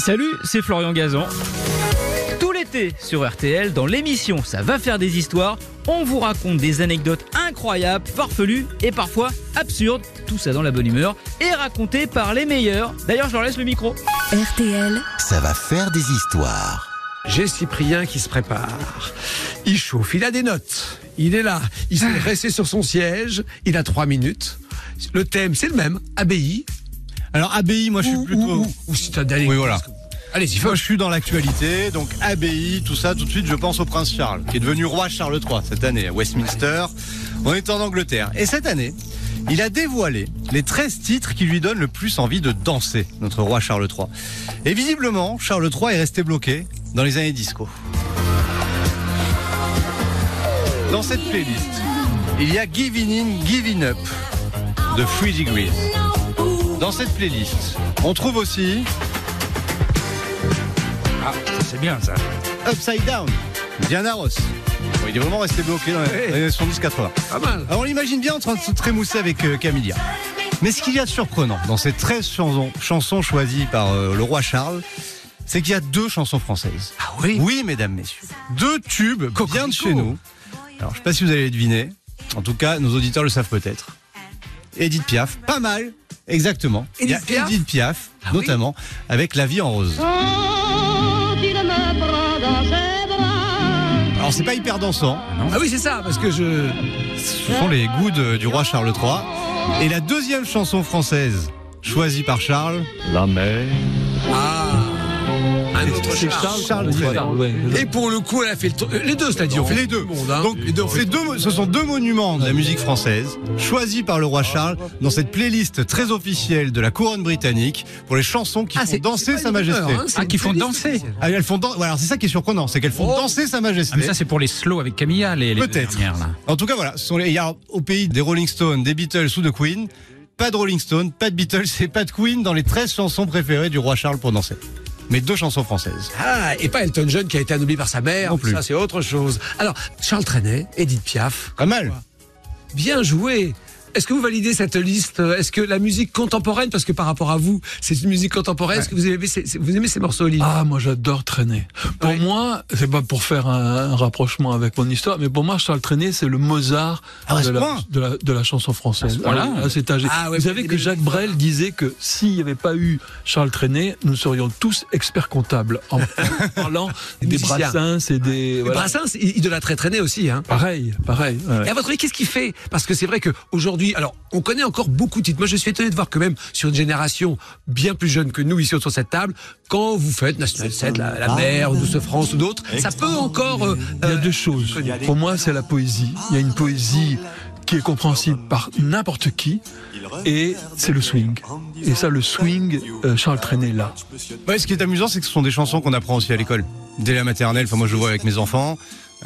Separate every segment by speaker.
Speaker 1: Salut, c'est Florian Gazan. Tout l'été sur RTL, dans l'émission Ça va faire des histoires, on vous raconte des anecdotes incroyables, farfelues et parfois absurdes, tout ça dans la bonne humeur, et racontées par les meilleurs. D'ailleurs, je leur laisse le micro.
Speaker 2: RTL,
Speaker 3: Ça va faire des histoires.
Speaker 4: J'ai Cyprien qui se prépare. Il chauffe, il a des notes. Il est là. Il
Speaker 5: Ah.
Speaker 4: s'est dressé sur son siège. Il a trois minutes. Le thème, c'est le même. Abbaye.
Speaker 5: Alors ABI, moi je
Speaker 4: Ou-
Speaker 5: suis plutôt.
Speaker 4: Ou, ou, ou citadelle.
Speaker 5: Oui, voilà.
Speaker 4: Allez-y, faut-
Speaker 5: Moi je suis dans l'actualité, donc ABI, tout ça, tout de suite je pense au prince Charles, qui est devenu roi Charles III cette année à Westminster. On est en Angleterre. Et cette année, il a dévoilé les 13 titres qui lui donnent le plus envie de danser, notre roi Charles III. Et visiblement, Charles III est resté bloqué dans les années disco. Dans cette playlist, il y a Giving In, Giving Up de Free Degrees. Dans cette playlist, on trouve aussi
Speaker 1: Ah, C'est bien ça.
Speaker 5: Upside Down, Diana Ross. Bon, il est vraiment resté bloqué dans les
Speaker 4: Hey.
Speaker 5: dans les années 70-80.
Speaker 4: Pas mal.
Speaker 5: Alors Ah, on l'imagine bien en train de se trémousser avec euh, Camilla. Mais ce qu'il y a de surprenant dans ces 13 chansons, chansons choisies par euh, le roi Charles, c'est qu'il y a deux chansons françaises.
Speaker 4: Ah oui.
Speaker 5: Oui, mesdames, messieurs. Deux tubes bien
Speaker 4: Cocorico.
Speaker 5: de chez nous. Alors, je sais pas si vous allez les deviner. En tout cas, nos auditeurs le savent peut-être. Edith Piaf, pas mal, exactement. Il y a
Speaker 4: Edith Piaf Ah
Speaker 5: Edith Piaf, notamment, avec La vie en rose. Alors, c'est pas hyper dansant.
Speaker 4: Ah oui, c'est ça, parce que je.
Speaker 5: Ce sont les goûts de- du roi Charles III. Et la deuxième chanson française choisie par Charles,
Speaker 4: Ah. Un autre
Speaker 5: c'est
Speaker 4: Charles.
Speaker 5: Charles, Trenet.
Speaker 4: Et pour le coup, elle a fait le tour- Les deux, cela dit, on fait
Speaker 5: Les
Speaker 4: le tour
Speaker 5: deux.
Speaker 4: du Monde, hein.
Speaker 5: Donc,
Speaker 4: les deux, on fait
Speaker 5: ces deux, mo- ce sont deux monuments de la musique française, choisis par le roi Charles dans cette playlist très officielle de la couronne britannique pour les chansons qui font danser Sa Majesté.
Speaker 4: hein,
Speaker 1: Ah, qui font danser.
Speaker 5: Ah, elles font dan- voilà, c'est ça qui est surprenant, c'est qu'elles font
Speaker 4: Oh.
Speaker 5: danser Sa Majesté.
Speaker 6: Ah, mais ça, c'est pour les slow avec Camilla, les, les deux
Speaker 5: Peut-être.
Speaker 6: dernières, là.
Speaker 5: En tout cas, voilà, ce sont les- il y a au pays des Rolling Stones, des Beatles ou de Queen. Pas de Rolling Stones, pas de Beatles et pas de Queen dans les 13 chansons préférées du roi Charles pour danser. Mais deux chansons françaises.
Speaker 4: Ah, et pas Elton John qui a été anobli par sa mère.
Speaker 5: Non plus.
Speaker 4: Ça, c'est autre chose. Alors, Charles Trenet, Edith Piaf,
Speaker 5: Pas mal.
Speaker 4: bien joué. Est-ce que vous validez cette liste Est-ce que la musique contemporaine, parce que par rapport à vous, c'est une musique contemporaine, est-ce que vous aimez, ces- ces- vous aimez ces morceaux, Olivier
Speaker 7: Ah, moi j'adore traîner. Pour
Speaker 4: Ouais.
Speaker 7: moi, c'est pas pour faire un, un rapprochement avec mon histoire, mais pour moi, Charles Traîner, c'est le Mozart
Speaker 5: Ah, à ce
Speaker 7: de, la,
Speaker 5: point
Speaker 7: de la- de la chanson française.
Speaker 6: point-là.
Speaker 7: Ah, c'est âgé.
Speaker 4: Ah, ouais,
Speaker 7: vous
Speaker 4: vous
Speaker 7: savez
Speaker 4: avez
Speaker 7: que
Speaker 4: des-
Speaker 7: Jacques Brel disait que s'il n'y avait pas eu Charles Traîner, nous serions tous experts comptables en parlant des
Speaker 4: Musiciens.
Speaker 7: Brassens et des. voilà.
Speaker 4: Brassens, il, il de la traîner aussi. Hein.
Speaker 7: Pareil, pareil. ouais.
Speaker 4: Et à votre avis, qu'est-ce qu'il fait Parce que c'est vrai qu'aujourd'hui, alors, on connaît encore beaucoup de titres. Moi, je suis étonné de voir que même sur une génération bien plus jeune que nous, ici autour de cette table, quand vous faites National 7, La, la Mer, ou Douce France ou d'autres, ça peut encore... euh,
Speaker 7: Il y a
Speaker 4: euh,
Speaker 7: deux choses. Pour moi, c'est la poésie. Il y a une poésie qui est compréhensible par n'importe qui, et c'est le swing. Et ça, le swing, euh, Charles Trenet là.
Speaker 5: Ouais, ce qui est amusant, c'est que ce sont des chansons qu'on apprend aussi à l'école. Dès la maternelle, enfin moi je le vois avec mes enfants.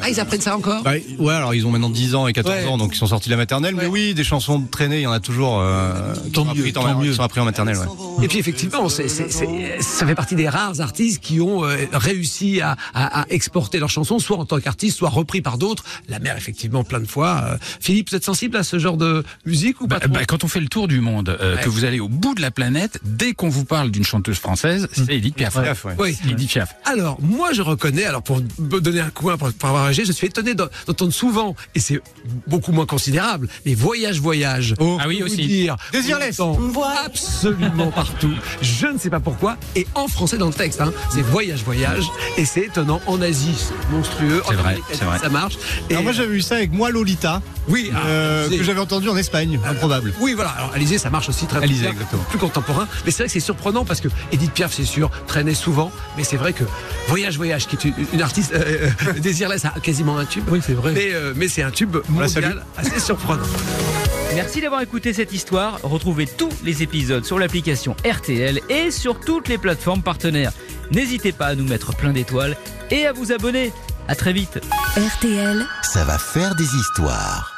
Speaker 4: Ah, ils apprennent ça encore
Speaker 5: Bah, ouais, alors ils ont maintenant 10 ans et 14
Speaker 4: Ouais.
Speaker 5: ans, donc ils sont sortis de la maternelle. Mais oui, des chansons de traînée, il y en a toujours euh, qui,
Speaker 7: Tant
Speaker 5: sont
Speaker 7: mieux,
Speaker 5: appris,
Speaker 7: tant
Speaker 5: en, qui
Speaker 7: mieux.
Speaker 5: sont appris en maternelle. ouais.
Speaker 4: Et puis effectivement, c'est- c'est- c'est- ça fait partie des rares artistes qui ont euh, réussi à, à- à exporter leurs chansons, soit en tant qu'artiste, soit repris par d'autres. La mère, effectivement, plein de fois. euh, Philippe, vous êtes sensible à ce genre de musique ou pas
Speaker 6: Bah,
Speaker 4: trop
Speaker 6: bah, quand on fait le tour du monde, euh,
Speaker 4: Ouais.
Speaker 6: que vous allez au bout de la planète, dès qu'on vous parle d'une chanteuse française, c'est Edith Piaf.
Speaker 5: Piaf, ouais.
Speaker 4: Oui.
Speaker 6: Edith Piaf.
Speaker 4: Alors, moi, je reconnais, alors pour me donner un coup, hein, pour, pour avoir âgé, je suis étonné d'en- d'entendre souvent, et c'est beaucoup moins considérable, mais voyage, voyage.
Speaker 6: Ah oui,
Speaker 4: Je peux vous
Speaker 6: aussi.
Speaker 4: Dire,
Speaker 5: Désirless.
Speaker 4: on l'entend Absolument partout. Je ne sais pas pourquoi, et en français dans le texte, hein, c'est voyage, voyage, et c'est étonnant. En Asie, c'est monstrueux.
Speaker 6: C'est
Speaker 4: En
Speaker 6: vrai,
Speaker 4: Amérique,
Speaker 6: c'est vrai.
Speaker 4: Ça marche. Et
Speaker 5: Alors moi j'avais eu ça avec moi Lolita,
Speaker 4: oui, ah,
Speaker 5: euh,
Speaker 4: c'est- Ah.
Speaker 5: que j'avais entendu en Espagne, improbable.
Speaker 4: oui, voilà. Alors, Alizé, ça marche aussi très
Speaker 5: Alizé,
Speaker 4: bien,
Speaker 5: exactement.
Speaker 4: plus contemporain. Mais c'est vrai que c'est surprenant parce que Edith Piaf, c'est sûr, traînait souvent. Mais c'est vrai que Voyage, Voyage, qui est une, une artiste, euh, euh, Désirless, a quasiment un tube.
Speaker 7: Oui, c'est vrai.
Speaker 4: Mais, euh, mais c'est un tube
Speaker 5: la salue.
Speaker 4: mondial assez surprenant.
Speaker 1: Merci d'avoir écouté cette histoire. Retrouvez tous les épisodes sur l'application RTL et sur toutes les plateformes partenaires. N'hésitez pas à nous mettre plein d'étoiles et à vous abonner. À très vite.
Speaker 2: RTL.
Speaker 3: Ça va faire des histoires.